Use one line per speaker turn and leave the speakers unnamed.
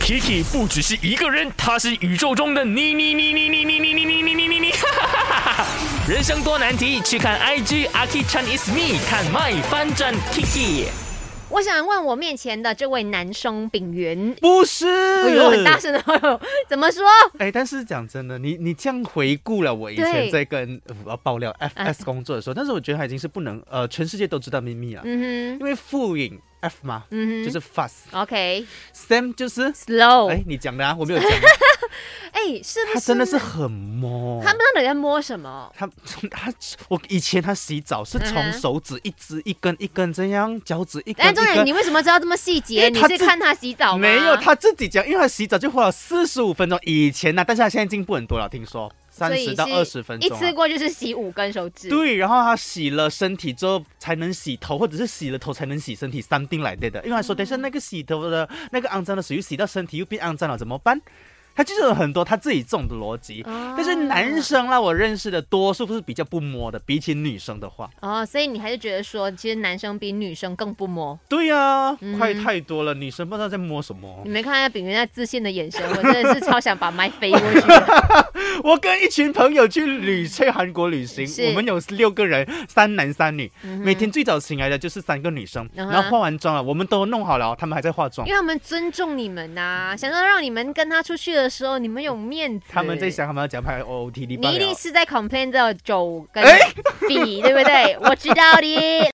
Kiki 不只是一个人，她是宇宙中的你你你你你你你你你你你你你。 人生多难题，去看 IG Aki Chan is me，看 my 翻转 Kiki。
我想问我面前的这位男生秉元，
不是，
哎呦，很大声的，怎么说？
哎，但是讲真的，你你这样回顾了我以
对
前在跟呃我要爆料 FS
哎
工作的时候，但是我觉得他已经是不能呃，全世界都知道秘密了，
嗯
因为副影 F 嘛，
嗯哼哦
就是 fast，Sam、
哼，OK，slow，
就是，哎，你讲的啊，我没有讲啊，
哎，是不
他
是？
真的是很摸，
他们到底在摸什么？
他他我以前他洗澡是
嗯
从
哼
手指一支一根一根这样，脚趾一根
但
一
重点，你
根。
为什么知道这么细
因
节？
为
你
他
是
自
看他洗澡吗？
没有，他自己讲，因为他洗澡就花了四十五分钟。以前呢、但是他现在进步很多了，听说三
所以
十到
是
二十分
一
钟啊、
次过就是洗五根手指。
对，然后他洗了身体之后才能洗头，或者是洗了头才能洗身体，something like that 的。因
嗯
为他说，等一下那个洗头的那个肮脏的水又洗到身体又变肮脏了，怎么办？他就是有很多他自己这种的逻辑。
哦，
但是男生啦，我认识的多数是比较不摸的，比起女生的话，
哦，所以你还是觉得说，其实男生比女生更不摸。
对呀、
嗯
快太多了，女生不知道在摸什么
你。没看到炳元那自信的 眼神，我真的是超想把麦飞过去。
我跟一群朋友去旅去韩国旅行
是，
我们有六个人，三男三女，
嗯哼
每天最早醒来的就是三个女生，
嗯哼
然后化完妆了，我们都弄好了，他们还在化妆
因。为他们尊重你们呐、想要让你们跟他出去的时候，你们有面子。
他们在，想他们要哦讲拍 O O T D 罢
你一
了
定。是在 complain 的走跟
哎
比，对不对？我知道的。